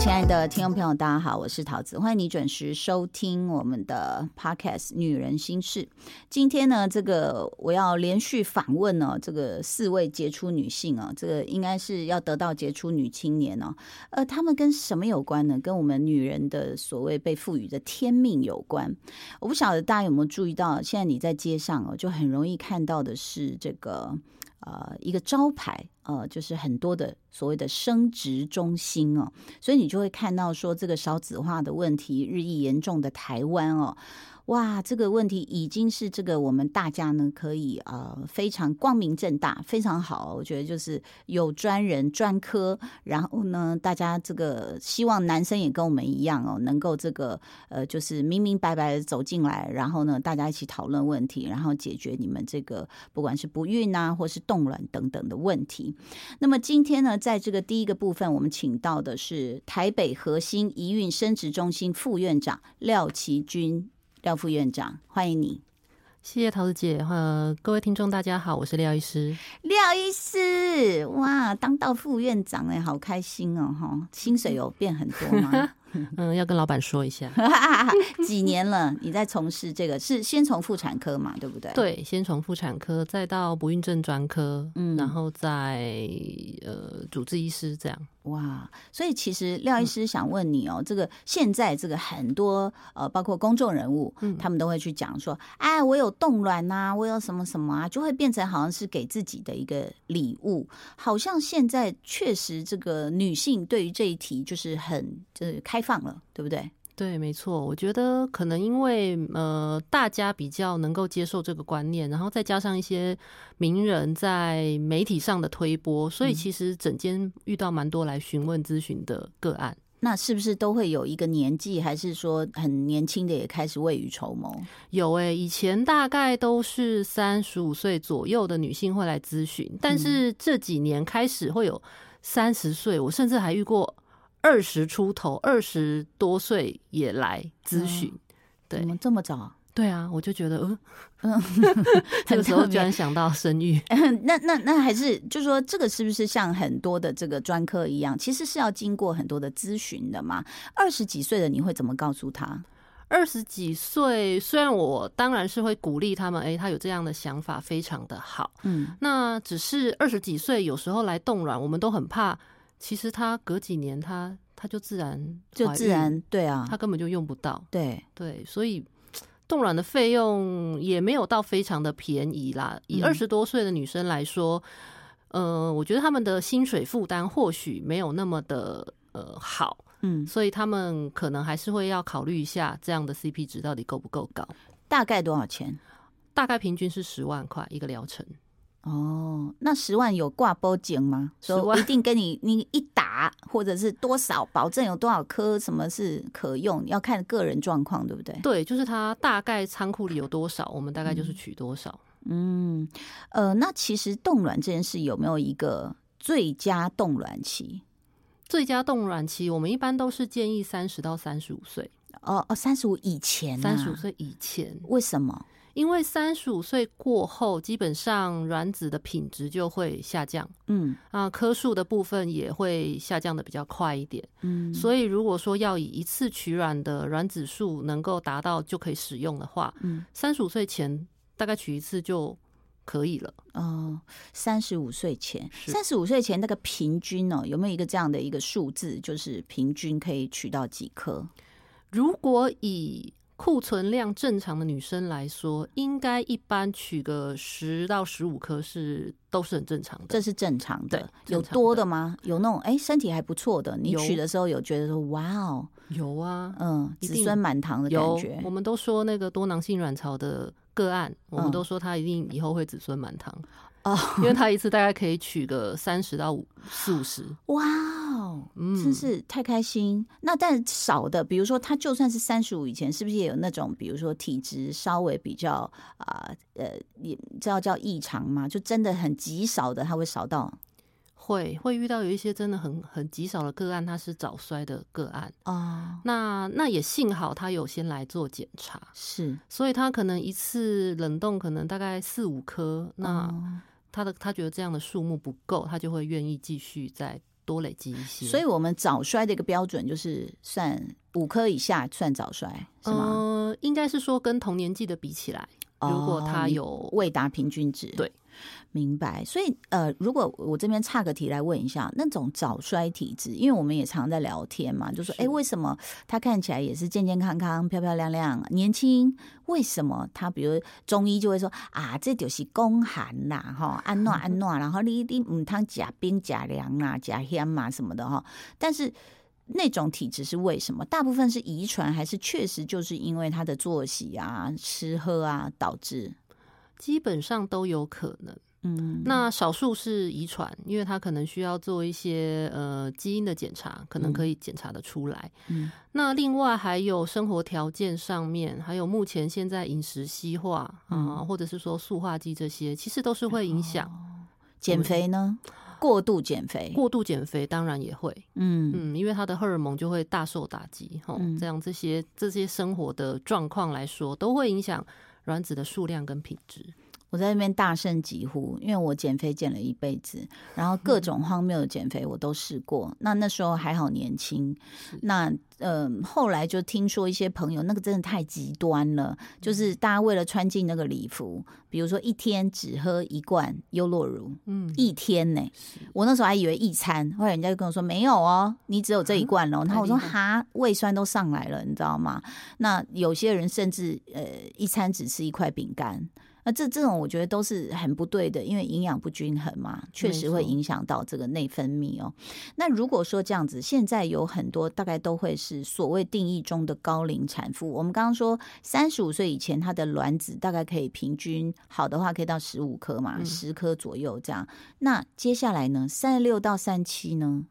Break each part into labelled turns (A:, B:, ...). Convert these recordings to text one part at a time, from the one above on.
A: 亲爱的听众朋友，大家好，我是桃子，欢迎你准时收听我们的 Podcast《女人心事》。今天呢，这个我要连续访问哦，这个四位杰出女性哦，这个应该是要得到杰出女青年哦。呃，她们跟什么有关呢？跟我们女人的所谓被赋予的天命有关。我不晓得大家有没有注意到，现在你在街上哦，就很容易看到的是这个呃一个招牌，呃，就是很多的所谓的生殖中心哦，所以你就会看到说这个少子化的问题日益严重的台湾哦。哇，这个问题已经是这个我们大家呢可以呃非常光明正大，非常好。哦我觉得就是有专人专科，然后呢，大家这个希望男生也跟我们一样哦，能够这个呃就是明明白白的走进来，然后呢大家一起讨论问题，然后解决你们这个不管是不孕啊，或是冻卵等等的问题。那么今天呢，在这个第一个部分，我们请到的是台北核心一孕生殖中心副院长廖奇君。廖副院长，欢迎你。
B: 谢谢桃子姐，呃，各位听众大家好，我是廖医师。
A: 廖医师，哇，当到副院长哎，好开心哦，哈，薪水有变很多吗？
B: 嗯，要跟老板说一下，
A: 几年了？你在从事这个是先从妇产科嘛，对不对？
B: 对，先从妇产科，再到不孕症专科，嗯，然后再呃，主治医师这样。
A: 哇，所以其实廖医师想问你哦、这个现在这个很多呃，包括公众人物，他们都会去讲说，哎，我有冻卵呐、我有什么什么啊，就会变成好像是给自己的一个礼物。好像现在确实这个女性对于这一题就是很就是开放了，对不对？
B: 对，没错，我觉得可能因为呃，大家比较能够接受这个观念，然后再加上一些名人在媒体上的推波，所以其实整间遇到蛮多来询问咨询的个案。
A: 那是不是都会有一个年纪，还是说很年轻的也开始未雨绸缪？
B: 有诶、以前大概都是三十五岁左右的女性会来咨询，但
A: 嗯
B: 是这几年开始会有三十岁，我甚至还遇过二十出头、二十多岁也来咨询。对
A: 嗯怎么这么早？
B: 对啊，我就觉得，嗯， 这
A: 很
B: 个时候
A: 特
B: 居
A: 别
B: 然想到生育，
A: 那那那还是就说这个是不是像很多的这个专科一样，其实是要经过很多的咨询的嘛？二十几岁的你会怎么告诉他？
B: 二十几岁，虽然我当然是会鼓励他们，诶，他有这样的想法，非常的好。
A: 嗯，
B: 那只是二十几岁，有时候来冻卵，我们都很怕。其实他隔几年他，他就自然
A: 就
B: 怀
A: 自
B: 孕，
A: 然对啊
B: 他，根本就用不到。
A: 对，
B: 对，所以冻卵的费用也没有到非常的便宜啦。以
A: 嗯
B: 二十多岁的女生来说，呃，我觉得他们的薪水负担或许没有那么的呃好，
A: 嗯，
B: 所以他们可能还是会要考虑一下这样的 CP 值到底够不够高。
A: 大概多少钱？
B: 大概平均是十万块一个疗程，
A: 哦，那十万有挂包警吗？
B: 10
A: 说
B: 万
A: 一定跟你你一打，或者是多少，保证有多少颗，什么是可用，要看个人状况，对不对？
B: 对，就是它大概仓库里有多少，我们大概就是取多少。
A: 嗯，呃，那其实冻卵这件事有没有一个最佳冻卵期？
B: 最佳冻卵期，我们一般都是建议三十到三十五岁，
A: 哦哦，三十五以前、啊，
B: 三十五岁以前，
A: 为什么？
B: 因为三十五岁过后，基本上卵子的品质就会下降
A: 嗯
B: 啊，颗数的部分也会下降的比较快一点。
A: 嗯，
B: 所以如果说要以一次取卵的卵子数能够达到就可以使用的话，
A: 嗯
B: 三十五岁前大概取一次就可以了。
A: 哦，三十五岁前，
B: 是
A: 三十五岁前那个平均哦，有没有一个这样的一个数字，就是平均可以取到几颗？
B: 如果以库存量正常的女生来说，应该一般取个十到十五颗是都是很正常的
A: 这。是正常
B: 对
A: 的，
B: 正
A: 有
B: 常
A: 多
B: 的
A: 的吗？有那种哎身体还不错的，你
B: 有
A: 取的时候有觉得说哇哦，
B: 有啊，
A: 嗯，
B: 一
A: 子
B: 定
A: 孙满堂的感
B: 有
A: 觉，
B: 我们都说那个多囊性卵巢的个案，我
A: 嗯
B: 们都说她一定以后会子孙满堂，
A: 哦，
B: 因为她一次大概可以取个三十到五四五十。
A: 哇哦，
B: 嗯，
A: 真是太开心。那但少的，比如说他就算是三十五以前，是不是也有那种，比如说体质稍微比较啊呃也知道叫异常吗？就真的很极少的，他会少到
B: 会会遇到有一些真的很很极少的个案，她是早衰的个案。
A: 哦，
B: 那那也幸好她有先来做检查，
A: 是
B: 所以他可能一次冷冻可能大概四五颗，那
A: 哦
B: 他的他觉得这样的数目不够，他就会愿意继续再多累积一些。
A: 所以我们早衰的一个标准就是算五颗以下算早衰，是吗？
B: 呃，应该是说跟同年纪的比起来，如果
A: 哦
B: 他
A: 你
B: 有、
A: 未达平均值，
B: 对，
A: 明白。所以呃，如果我这边岔个题来问一下，那种早衰体质，因为我们也常在聊天嘛，就说
B: 是
A: 哎，诶为什么他看起来也是健健康康、漂漂亮亮、年轻，为什么他比如中医就会说啊，这就是宫寒啦，哈，安 暖安暖，然后你你唔汤假冰假凉啦、假香嘛什么的哈，但是。那种体质是为什么？大部分是遗传，还是确实就是因为他的作息啊、吃喝啊导致？
B: 基本上都有可能。
A: 嗯，
B: 那少数是遗传，因为他可能需要做一些呃基因的检查，可能可以检查的出来。
A: 嗯
B: 那另外还有生活条件上面，还有目前现在饮食西化啊、
A: 嗯哦
B: 或者是说塑化剂这些，其实都是会影响。
A: 减肥呢？过度减肥，
B: 过度减肥当然也会，
A: 嗯
B: 嗯，因为他的荷尔蒙就会大受打击，吼、
A: 嗯
B: 这样这些这些生活的状况来说，都会影响卵子的数量跟品质。
A: 我在那边大声疾呼，因为我减肥减了一辈子，然后
B: 嗯
A: 各种荒谬的减肥我都试过。那那时候还好年轻，那呃后来就听说一些朋友那个真的太极端了，
B: 嗯
A: 就是大家为了穿进那个礼服，比如说一天只喝一罐优酪乳，
B: 嗯，
A: 一天呢、我那时候还以为一餐，后来人家就跟我说没有哦，你只有
B: 啊
A: 这一罐哦。然后我说
B: 太厉
A: 哈，胃酸都上来了，你知道吗？那有些人甚至呃一餐只吃一块饼干，那这这种我觉得都是很不对的，因为营养不均衡嘛，确实会
B: 没错
A: 影响到这个内分泌哦。那如果说这样子，现在有很多大概都会是所谓定义中的高龄产妇。我们刚刚说三十五岁以前，她的卵子大概可以平均好的话可以到十五颗嘛，
B: 嗯
A: 十颗左右这样。那接下来呢？三十六到三七呢？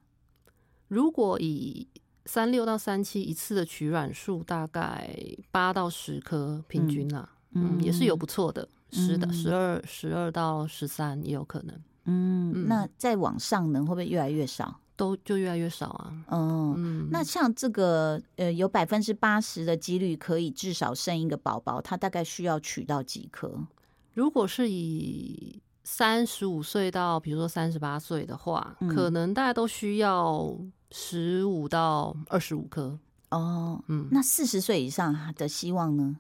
B: 如果以三六到三七一次的取卵数大概八到十颗平均啦、嗯，也是有不错的，十到
A: 嗯
B: 十二十二到十三也有可能，
A: 嗯。
B: 嗯
A: 那再往上呢，会不会越来越少？
B: 都就越来越少啊。
A: 嗯，
B: 嗯，
A: 那像这个呃，有百分之八十的几率可以至少生一个宝宝，它大概需要取到几颗？
B: 如果是以三十五岁到比如说三十八岁的话，
A: 嗯
B: 可能大家都需要十五到二十五颗。
A: 哦，
B: 嗯，
A: 那四十岁以上的希望 呢？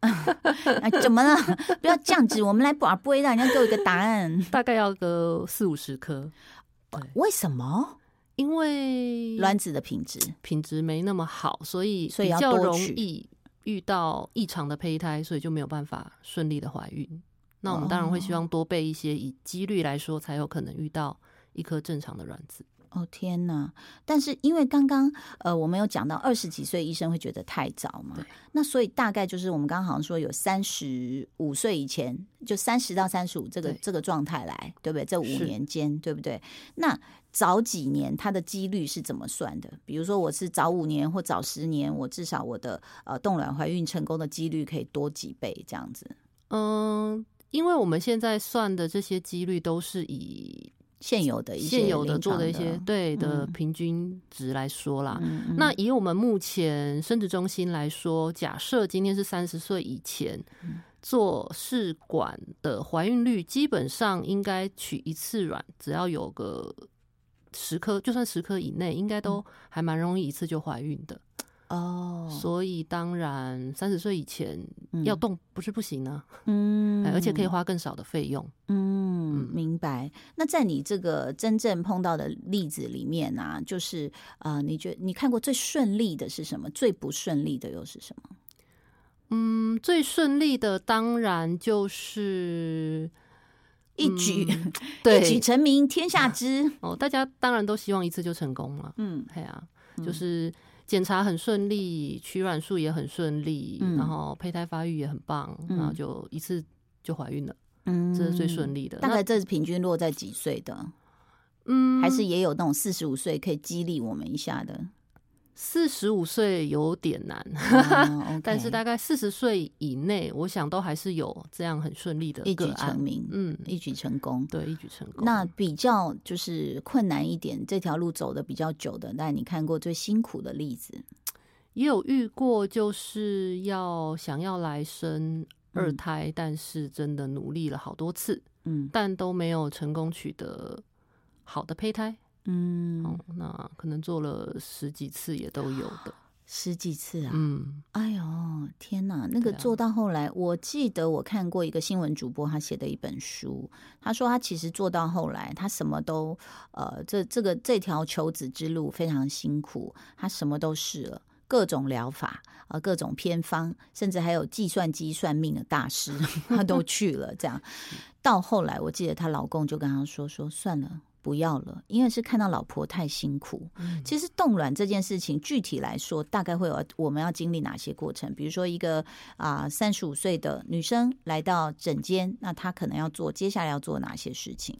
A: 啊，怎么了？ 不要这样子，我们来把不会让人家给我一个答案。
B: 大概要个四五十颗，
A: 为什么
B: 因为
A: 卵子的品质？
B: 品质没那么好，所以
A: 所以
B: 比
A: 要
B: 较
A: 多
B: 容
A: 取
B: 易遇到异常的胚胎，所以就没有办法顺利的怀孕。那我们当然会希
A: 哦
B: 望多备一些，以几率来说才有可能遇到一颗正常的卵子。
A: 哦天哪！但是因为刚刚呃，我们有讲到二十几岁医生会觉得太早嘛
B: 对，
A: 那所以大概就是我们刚刚好像说有三十五岁以前，就三十到三十五这个
B: 对
A: 这个状态来，对不对？这五
B: 是
A: 年间，对不对？那早几年它的几率是怎么算的？比如说我是早五年或早十年，我至少我的呃冻卵怀孕成功的几率可以多几倍这样子。
B: 嗯，因为我们现在算的这些几率都是以
A: 现有呃的一些
B: 现有的
A: 临
B: 做
A: 床
B: 的一些对的
A: 嗯
B: 平均值来说啦。
A: 嗯嗯
B: 那以我们目前生殖中心来说，假设今天是三十岁以前
A: 嗯
B: 做试管的怀孕率，基本上应该取一次卵，只要有个十颗，就算十颗以内，应该都还蛮容易一次就怀孕的。
A: 嗯哦，
B: 所以当然三十岁以前要动不是不行啊，
A: 嗯
B: 哎而且可以花更少的费用。
A: 嗯
B: 嗯，
A: 明白。那在你这个真正碰到的例子里面啊，就是呃，你觉你看过最顺利的是什么？最不顺利的又是什么？
B: 嗯，最顺利的当然就是
A: 一举、
B: 嗯 对
A: 一举成名，天下知。
B: 哦，大家当然都希望一次就成功嘛。
A: 嗯
B: 哎呀、就是检查很顺利，取卵数也很顺利，
A: 嗯
B: 然后胚胎发育也很棒，
A: 嗯
B: 然后就一次就怀孕了，
A: 嗯
B: 这是最顺
A: 利。
B: 利的。
A: 大
B: 那
A: 概这是平均落在几岁的？
B: 嗯，
A: 还是也有那种四十五岁可以激励我们一下 的？
B: 四十五岁有点难，
A: 啊
B: 但是
A: OK
B: 大概四十岁以内，我想都还是有这样很顺利的
A: 一
B: 个
A: 举成
B: 案。
A: 名，
B: 嗯，
A: 一举成功。
B: 对，一举成功。
A: 那比较就是困难一点，这条路走的比较久的，那你看过最辛苦的例子？
B: 也有遇过，就是要想要来生二
A: 嗯
B: 胎，但是真的努力了好多次，
A: 嗯
B: 但都没有成功取得好的胚胎，
A: 嗯
B: 哦，，那可能做了十几次也都有的。
A: 十几次啊，
B: 嗯，
A: 哎呦，天哪！那个
B: 对啊
A: 做到后来，我记得我看过一个新闻主播，他写的一本书，他说他其实做到后来，他什么都，呃，这这个这条求子之路非常辛苦，他什么都试了。各种疗法啊、呃各种偏方，甚至还有计算机算命的大师，他都去了。 这样到后来，我记得她老公就跟她说：“说算了，不要了，因为是看到老婆太辛苦，其实冻卵这件事情，具体来说，大概会有我们要经历哪些过程？比如说，一个啊三十五岁的女生来到诊间，那她可能要做接下来要做哪些事情？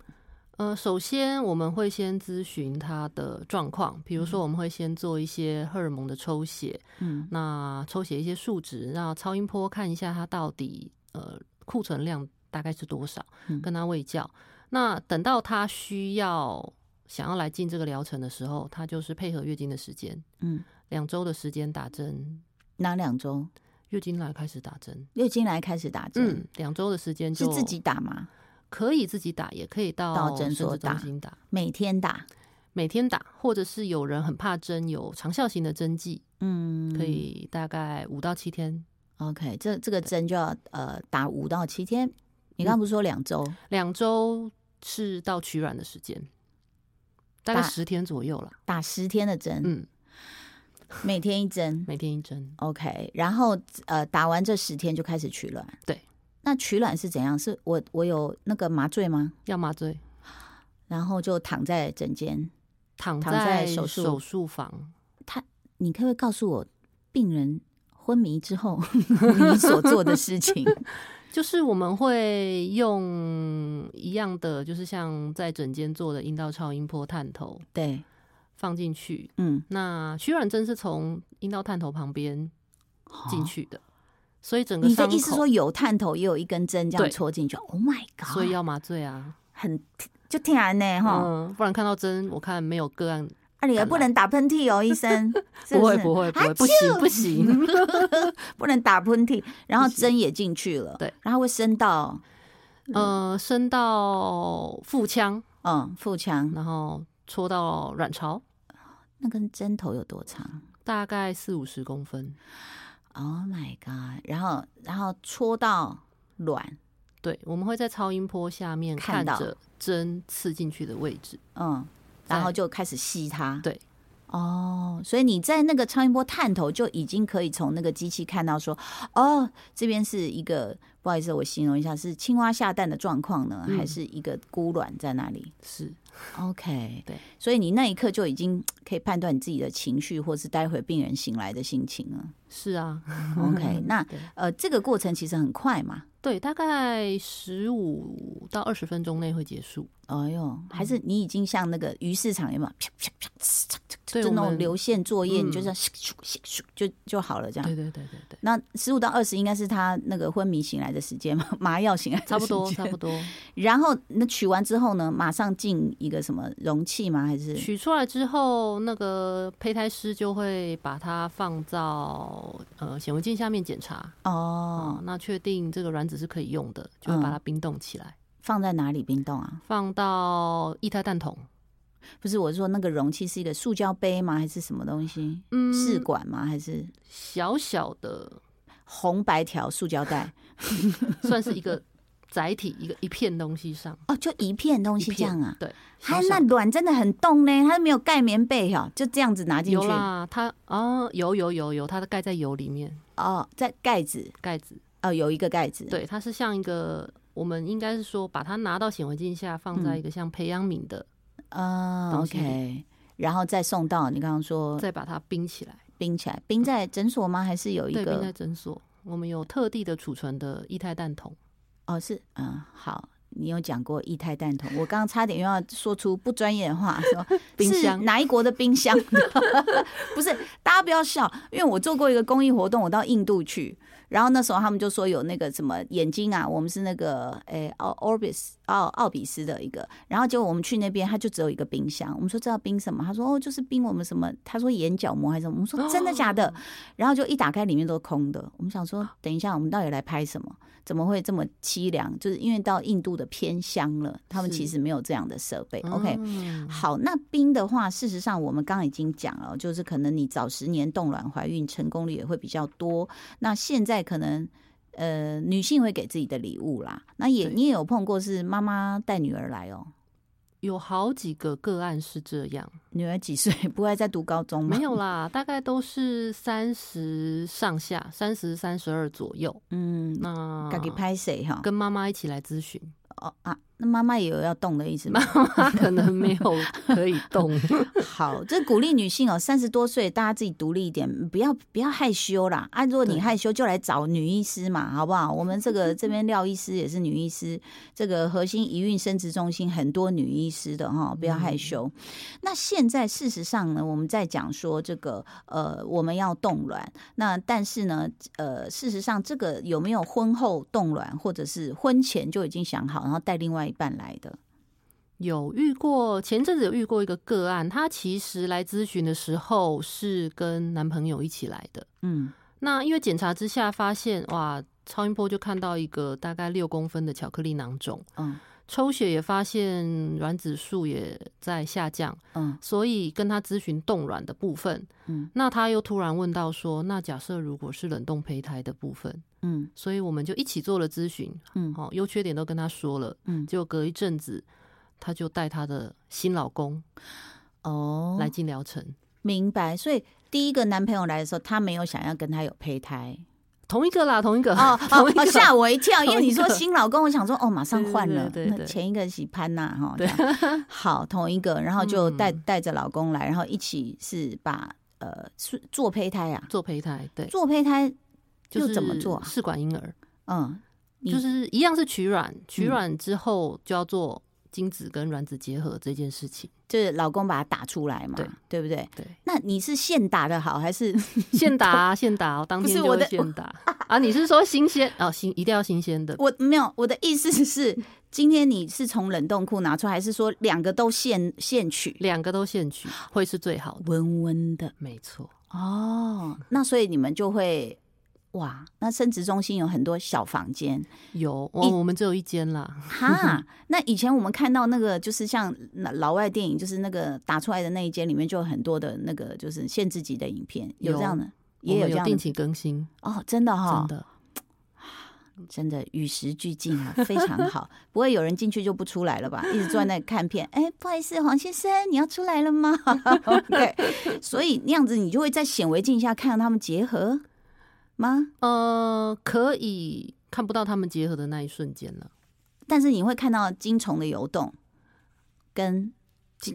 B: 呃，首先我们会先咨询他的状况，比如说我们会先做一些荷尔蒙的抽血，
A: 嗯
B: 那抽血一些数值，那超音波看一下它到底呃库存量大概是多少
A: 嗯，
B: 跟他喂教。那等到他需要想要来进这个疗程的时候，他就是配合月经的时间，
A: 嗯，
B: 两周的时间打针，
A: 哪两周？
B: 月经来开始打针。
A: 月经来开始打针，
B: 嗯，两周的时间
A: 是
B: 就
A: 自己打吗？
B: 可以自己打，也可以到
A: 到诊所
B: 生殖中
A: 打
B: 心打。
A: 每天打？
B: 每天打，或者是有人很怕针，有长效型的针剂，
A: 嗯，
B: 可。以大概五到七天，
A: OK，这这个针就要呃打五到七天。
B: 嗯
A: 你刚不是说两周？
B: 两周是到取卵的时间，大概
A: 打
B: 十天左右啦。
A: 打十天的针，
B: 嗯，
A: 每天一 针。
B: 每天一针。
A: OK，然后呃，打完这十天就开始取卵。
B: 对，
A: 那取卵是怎样？是我我有那个麻醉吗？
B: 要麻醉，
A: 然后就躺在枕间。
B: 躺
A: 躺在手
B: 手
A: 术
B: 术房，
A: 你可不可以告诉我，病人昏迷之 后你所做的事情？
B: 就是我们会用一样的，就是像在诊间做的阴道超音波探头
A: 对，
B: 放进去。
A: 嗯，
B: 那取卵针是从阴道探头旁边进去的，所以整个
A: 你的
B: 伤
A: 意思
B: 口
A: 说有探头，也有一根针这样
B: 对
A: 戳进去？Oh my god！
B: 所以要麻醉啊。
A: 很就天然呢哈，
B: 嗯，不然看到针，我看没有个案，
A: 啊，你也不能打喷嚏哦，医 生。是
B: 不会
A: 是
B: 不会不
A: 啊
B: 会，不行不行，
A: 不能打喷嚏，然后
B: 不行
A: 针也进去了，
B: 对，
A: 然后会伸到
B: 呃，伸到腹腔，
A: 嗯腹腔，
B: 然后戳到卵巢，
A: 那根针头有多长
B: 大概四五十公分，
A: ？Oh my god！然后然后戳到卵，
B: 对，我们会在超音波下面
A: 看
B: 看
A: 到
B: 着针刺进去的位置，
A: 嗯，
B: 在
A: 然后就开始吸它。
B: 对。
A: 哦，所以你在那个超音波探头就已经可以从那个机器看到说，哦，这边是一个不好意思，我形容一下，是青蛙下蛋的状况呢，
B: 嗯
A: 还是一个孤卵在那里
B: 是
A: ？OK，
B: 对，
A: 所以你那一刻就已经可以判断你自己的情绪，或是待会病人醒来的心情 了。
B: 是啊，
A: OK，那
B: 对
A: 呃，这个过程其实很快嘛，
B: 对，大概十五到二十分钟内会结束，
A: 哎呦，还
B: 嗯
A: 是你已经像那个鱼市场有没有？啪啪啪呲嚓嚓嚓
B: 对
A: 就
B: 我
A: 那种
B: 们
A: 流线作业，你就
B: 嗯
A: 这样咻咻咻咻就就好了，这
B: 对
A: 样。
B: 对对对对，
A: 那十五到二十应该是他那个昏迷醒来的时间嘛， 麻药醒来的
B: 差不多
A: 时间
B: 差不。多，
A: 然后那取完之后呢，马上进一个什么容器吗？还是
B: 取出来之后，那个胚胎师就会把它放到呃显微镜下面检查，哦
A: 哦，，嗯
B: 那确定这个卵子是可以用的，就会把它冰冻起来，
A: 放在哪里冰冻啊？
B: 放到液态氮桶，
A: 不是，我是说那个容器是一个塑胶杯吗？还是什么东西？
B: 嗯
A: 试管吗？还是
B: 小小的，
A: 红白条塑胶 袋？
B: 算是 一个载体，一个一片东西上，
A: 哦，就一片东
B: 一
A: 西
B: 片
A: 这样啊？
B: 对，
A: 它
B: 小小
A: 那卵真的很冻呢，它没有盖棉被哈、就这样子拿进
B: 有
A: 去
B: 啦，它哦，有有有有，它的盖在油里面，
A: 哦，在盖子
B: 盖子，
A: 哦，有一个盖子，，
B: 对，它是像一个，我们应该是说把它拿到显微镜下，放
A: 嗯
B: 在一个像培养皿的，
A: 哦
B: 东西
A: ，OK，然后再送到你刚刚说
B: 再把它冰起来，
A: 冰起来，冰在诊所吗？还是有一
B: 对，冰在
A: 个
B: 诊所。我们有特地的储存的液态氮桶，
A: 哦，是嗯，好。你有讲过液态蛋筒，我刚刚差点又要说出不专业的话，说
B: 冰
A: 是
B: 箱
A: 哪一国的冰箱？ 不是，大家不要笑，因为我做过一个公益活动，我到印度去，然后那时候他们就说有那个什么眼睛啊，我们是那个诶、o r b i s 奥奥比斯的一个，然后结果我们去那边，他就只有一个冰箱。我们说这要冰什么？他说哦，就是冰我们什么？他说眼角膜还是什么？我们 说真的假的？然后就一打开，里面都是空的。我们想说，
B: 啊
A: 等一下我们到底来拍什么？怎么会这么凄凉？就是因为到印度的偏乡了，他们
B: 是
A: 其实没有这样的设备。OK，
B: 嗯
A: 好，那冰的话，事实上我们刚刚已经讲了，就是可能你早十年冻卵怀孕成功率也会比较多。那现在可能。呃，女性会给自己的礼物啦，那也
B: 对
A: 你也有碰过是妈妈带女儿来哦，
B: 有好几个个案是这样，
A: 女儿几岁？不会在读高中吗？
B: 没有，啦，大概都是三十上下，三十三十二左右。
A: 嗯，
B: 那
A: 该给拍谁哈？
B: 跟妈妈一起来咨询，
A: 哦啊，那妈妈也有要动的意思吗？
B: 妈妈可能没有可以 动。
A: 好，这鼓励女性哦，三十多岁大家自己独立一点，嗯不要不要害羞啦。啊，如果你
B: 对
A: 害羞，就来找女医师嘛，好不好？我们这个这边廖医师也是女医师，这个核心一孕生殖中心很多女医师的哈、不要害羞。那现在事实上呢，我们在讲说这个呃，我们要冻卵，那但是呢，呃，事实上这个有没有婚后冻卵，或者是婚前就已经想好，然后带另外一半来的？
B: 有遇过前阵子有遇过一个个案，她其实来咨询的时候是跟男朋友一起来的。
A: 嗯，
B: 那因为检查之下发现，哇，超音波就看到一个大概六公分的巧克力囊肿，
A: 嗯
B: 抽血也发现卵子数也在下降，
A: 嗯
B: 所以跟她咨询冻卵的部分，
A: 嗯
B: 那她又突然问到说，那假设如果是冷冻胚胎的部分，
A: 嗯
B: 所以我们就一起做了咨询，
A: 嗯
B: 哦，优缺点都跟她说了，
A: 嗯，
B: 结果隔一阵子，她就带她的新老公
A: 哦，
B: 来进疗程，
A: 明白，所以第一个男朋友来的时候，他没有想要跟他有胚 胎
B: 同一个啦，同一个，
A: 哦
B: 同一个，
A: 吓我一跳，因为
B: 同一
A: 你说
B: 个
A: 新老公，我想说哦，马上换了，
B: 对对对对
A: 那前一个是潘娜 哈，
B: 对
A: 这样好，同一个，然后就带
B: 嗯
A: 带着老公来，然后一起是把呃是做胚胎啊，
B: 做胚胎，对，
A: 做胚胎
B: 就是
A: 又怎么做啊
B: 试管婴儿，
A: 嗯你嗯
B: 就是一样是取卵，取卵之后就要做精子跟卵子结合这件事情。
A: 就是老公把它打出来嘛，
B: 对
A: 对不对？
B: 对，
A: 那你是现打的好还是
B: 现打啊现打哦，当
A: 不
B: 天
A: 是
B: 就
A: 我
B: 会
A: 的，
B: 现打啊！你是说新鲜哦，新一定要新鲜的
A: 我没有我的意思是，今天你是从冷冻库拿出来，还是说两个都现现取？
B: 两个都现 取会是最好的。
A: 温温的，
B: 没错，
A: 哦，那所以你们就会哇，那生殖中心有很多小房 间
B: 有我
A: 一
B: 我们只有一间啦，
A: 哈。那以前我们看到那个，就是像那老外电影，就是那个打出来的那一间里面就有很多的那个，就是限制级的影片，有
B: 有
A: 这样的，
B: 我
A: 也
B: 们
A: 这
B: 有
A: 样
B: 定
A: 的
B: 期更新，
A: 哦，真的哈、
B: 真的
A: 真的与时俱进啊，非常好，不会有人进去就不出来了吧？一直坐在那里看片，哎，不好意思，黄先生，你要出来了吗？ 对，所以那样子你就会在显微镜下看到他们结合吗？
B: 呃，可以看不到他们结合的那一瞬间了，
A: 但是你会看到精虫的游动，跟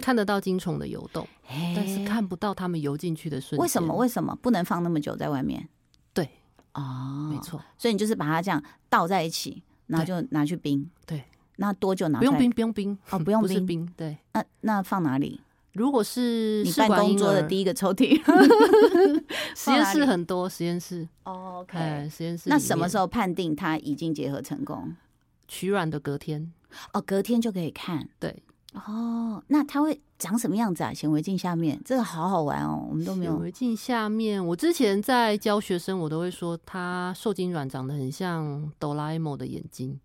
B: 看得到精虫的游动，但
A: 但
B: 是看不到他们游进去的瞬间。
A: 为什么为什么不能放那么久在外面？
B: 对，
A: 哦，
B: 没，错，
A: 所以你就是把它这样倒在一起，然后就拿去冰。
B: 对，
A: 那多久拿
B: 不
A: 出来？
B: 用冰，不用冰，
A: 哦，不用
B: 不是
A: 冰。
B: 冰，对。
A: 那那放哪里？
B: 如果是
A: 你
B: 试
A: 办
B: 管
A: 公
B: 婴
A: 桌的
B: 儿
A: 第一个抽屉。
B: 实
A: 放
B: 验
A: 哪
B: 室
A: 里
B: 很多，实验室，
A: 哦
B: 哎，实验室里
A: 那
B: 面。
A: 什么时候判定它已经结合成功？
B: 取卵的隔天？
A: 哦，隔天就可以看。
B: 对，
A: 哦，那它会长什么样子啊？显微镜下面这个好好玩哦，我们都没
B: 显
A: 有。
B: 微镜下面，我之前在教学生，我都会说他受精卵长得很像哆啦 A 梦的眼睛，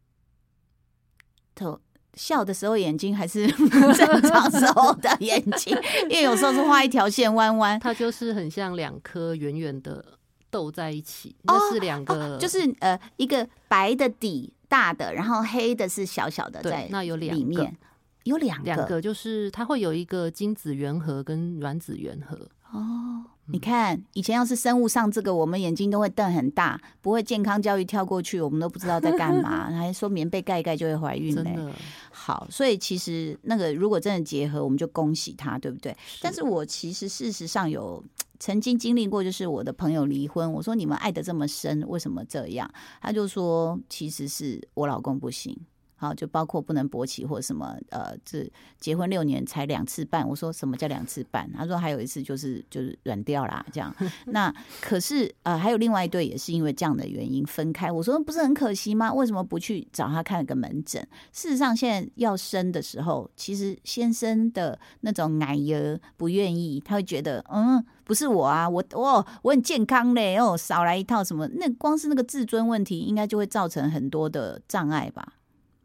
A: 头笑的时候眼睛还是 正常时候 的眼睛，因为有时候是画一条线弯 弯，
B: 它就是很像两颗圆圆的斗在一起，那是两个，
A: 就是呃一个白的底大的，然后黑的是小小的在
B: 对，那有两
A: 里
B: 个，
A: 面，有两个
B: 两个就是它会有一个精子原核跟卵子原核，
A: 哦。
B: 嗯
A: 你看，以前要是生物上这个，我们眼睛都会瞪很大，不会健康教育跳过去，我们都不知道在干 嘛，还说棉被盖一盖就会怀孕
B: 真
A: 嘞、
B: 的。
A: 好，所以其实那个如果真的结合，我们就恭喜他，对不对？但是我其实事实上有曾经经历过，就是我的朋友离婚，我说你们爱的这么深，为什么这样？他就说其实是我老公不行。好，就包括不能勃起或什么，呃，这结婚六年才两次办。我说什么叫两次办？他说还有一次就是就是软掉啦，这样。那可是呃，还有另外一对也是因为这样的原因分开。我说不是很可惜吗？为什么不去找他看个门诊？事实上，现在要生的时候，其实先生的那种奶油不愿意，他会觉得嗯。不是我啊，我哦，我很健康嘞，哦，少来一套什么？那光是那个自尊问题，应该就会造成很多的障碍吧？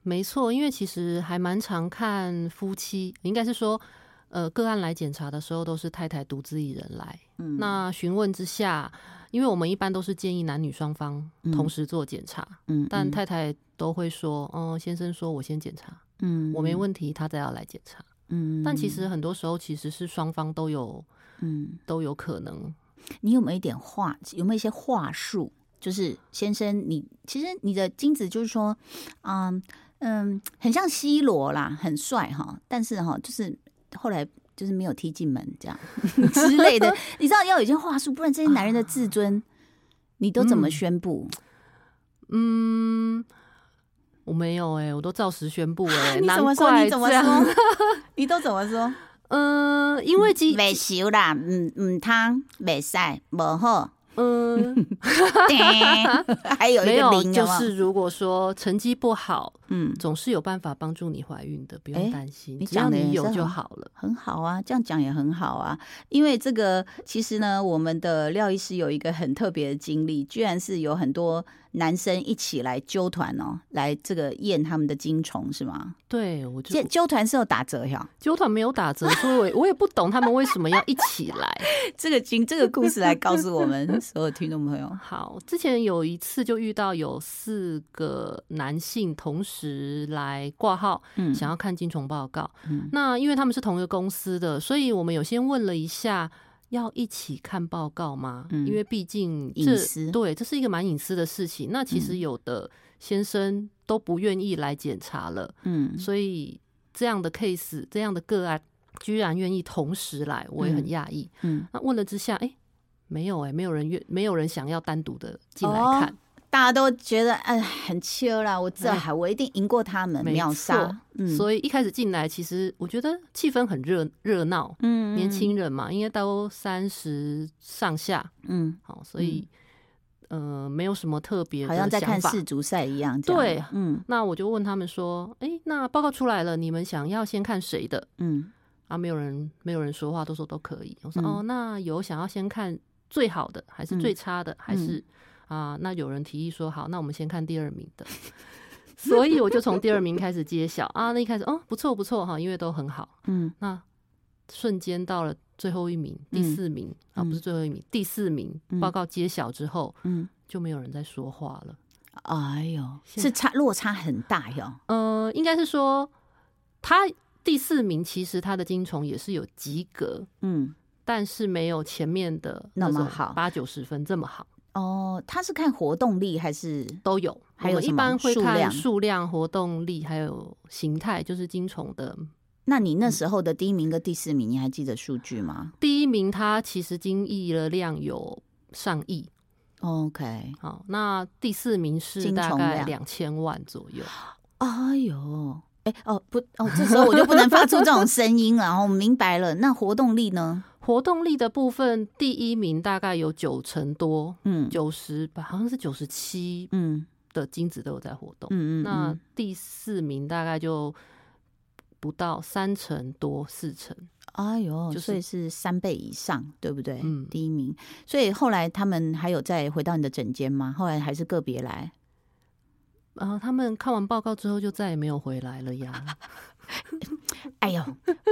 B: 没错，因为其实还蛮常看夫妻，应该是说，呃，个案来检查的时候都是太太独自一人来。
A: 嗯
B: 那询问之下，因为我们一般都是建议男女双方
A: 嗯
B: 同时做检查，
A: 嗯
B: 但太太都会说，嗯、先生说我先检查，
A: 嗯
B: 我没，问题，他再要来检查。
A: 嗯
B: 但其实很多时候其实是双方都有
A: 嗯，
B: 都有 可能。
A: 你有没有一点话，有没有一些话术？就是先生，你其实你的精子就是说，嗯嗯，很像 C 罗啦，很帅哈，但是哈，就是后来就是没有踢进门这样之类的，你知道要有一些话术，不然这些男人的自尊，你都怎么
B: 嗯
A: 宣布？
B: 嗯，我没有哎、我都照实宣布哎、
A: 你怎么
B: 难
A: 说？
B: 怪
A: 你怎么
B: 这样？
A: 说？ 你都怎么说？
B: 嗯，因为基
A: 未熟啦，嗯嗯，汤未晒，无好。
B: 嗯。
A: 叮还有一
B: 没
A: 个
B: 有，
A: 零，
B: 就
A: 有没有
B: 是如果说成绩不好，
A: 嗯，
B: 总是有办法帮助你怀孕的，不
A: 哎
B: 用担心，
A: 你
B: 只要
A: 讲得也
B: 你
A: 是
B: 有
A: 很
B: 就好了。
A: 很好啊，这样讲也很好啊。因为这个，其实呢，我们的廖医师有一个很特别的经历，居然是有很多男生一起来纠团哦，来这个验他们的精虫是吗？
B: 对，我就
A: 纠纠团是有打折呀。
B: 纠团没有 打折，所以我也我也不懂他们为什么要一起来。
A: 这个经这个故事来告诉我们所有听众朋友，
B: 好，之前有一次就遇到有四个男性同时来挂号，
A: 嗯
B: 想要看精虫报告。
A: 嗯
B: 那因为他们是同一个公司的，所以我们有先问了一下。要一起看报告吗？
A: 嗯
B: 因为毕竟
A: 隐
B: 这
A: 私嗯
B: 对，这是一个蛮隐私的事情。那其实有的先生都不愿意来检查了，
A: 嗯
B: 所以这样的 case，这样的个案，居然愿意同时来，我也很
A: 嗯
B: 讶异。
A: 嗯，
B: 那问了之下，哎、没有哎、没有人愿，没有人想要单独的进来
A: 哦
B: 看，
A: 大家都觉得哎很 chill 啦，我这还我一定赢过他们，
B: 哎没
A: 秒
B: 错
A: 杀。嗯
B: 所以一开始进来，其实我觉得气氛很热热闹，
A: 嗯
B: 年，轻人嘛，应该都三十上下，
A: 嗯，
B: 好，所以、呃，没有什么特别
A: 嗯
B: 的
A: 好像在看
B: 想法
A: 世足赛一样。这样
B: 对啊
A: 嗯
B: 那我就问他们说，哎、那报告出来了，你们想要先看谁的？
A: 嗯
B: 啊，没有人，没有人说话，都说都可以。我说、
A: 嗯
B: 哦，那有想要先看最好的，还是最差的，还是
A: 嗯
B: 啊、那有人提议说好，那我们先看第二名的。所以我就从第二名开始揭晓啊，那一开始哦，不错不错哈，因为都很好。
A: 嗯
B: 那瞬间到了最后一名，第
A: 嗯
B: 四名、啊，不是最后一名，第四名、
A: 嗯
B: 报告揭晓之后，
A: 嗯，
B: 就没有人再说话了。
A: 哎呦，
B: 现
A: 是差落差很大哟。
B: 呃，应该是说他第四名，其实他的精虫也是有及格，
A: 嗯，
B: 但是没有前面的
A: 那么
B: 种
A: 好
B: 八九十分这么好，
A: 哦，他是看活动力还是
B: 都有。
A: 还
B: 我
A: 有
B: 们
A: 什
B: 一
A: 么
B: 般会
A: 数量
B: 看数量、活动力，还有形态，就是精虫的
A: 那你那时候的第一名跟第四名，你还记得数据吗
B: 第一名，它其实精益了量有上亿。
A: ？OK，
B: 好，那第四名是
A: 精
B: 大
A: 虫
B: 概
A: 量
B: 两千万左右。
A: 哎呦，哎哦不 哦，这时候我就不能发出这种声音了。哦，明白了。那活动力呢？
B: 活动力的部分，第一名大概有九成多，
A: 嗯
B: 九十吧，好像是九十七
A: 嗯
B: 的精子都有在活动。
A: 嗯嗯，
B: 那
A: 嗯
B: 第四名大概就不到三成多，四成。
A: 哎呦，
B: 就
A: 所以
B: 是
A: 是三倍以上，对不对？
B: 嗯
A: 第一名。所以后来他们还有再回到你的诊间吗？后来还是个别来，
B: 然后他们看完报告之后就再也没有回来了呀。
A: 哎呦，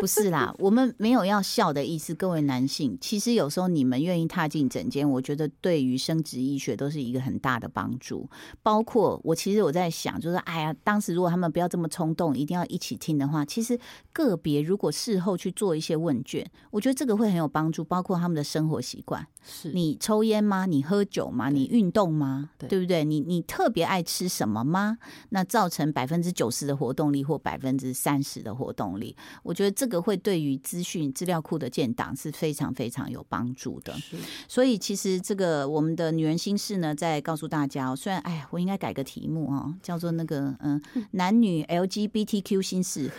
A: 不是啦，我们没有要笑的意思，各位男性。其实有时候你们愿意踏进诊间，我觉得对于生殖医学都是一个很大的帮助。包括我，其实我在想，就是哎呀，当时如果他们不要这么冲动，一定要一起听的话，其实个别如果事后去做一些问卷，我觉得这个会很有帮助，包括他们的生活习惯。
B: 是
A: 你抽烟吗？你喝酒吗？你运动吗？
B: 对
A: 不对？你你特别爱吃什么吗？那造成百分之九十的活动力或百分之三识的活动里。我觉得这个会对于资讯资料库的建档是非常非常有帮助的。
B: 是
A: 所以其实这个我们的女人心事呢，在告诉大家、哦，虽然哎呀，我应该改个题目哦，叫做那个嗯、男女 LGBTQ 心事，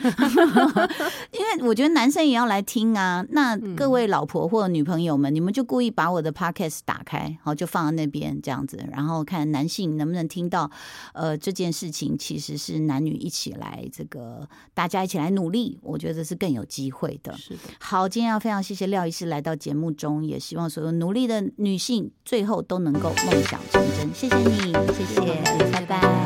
A: 因为我觉得男生也要来听啊。那各位老婆或女朋友们，你们就故意把我的 podcast 打开，好就放在那边这样子，然后看男性能不能听到。呃，这件事情其实是男女一起来这个，大家一起来努力，我觉得是更有机会的。
B: 是的，
A: 好，今天要非常谢谢廖医师来到节目中，也希望所有努力的女性最后都能够梦想成真。谢谢你，谢谢，
B: 好谢谢
A: 拜拜。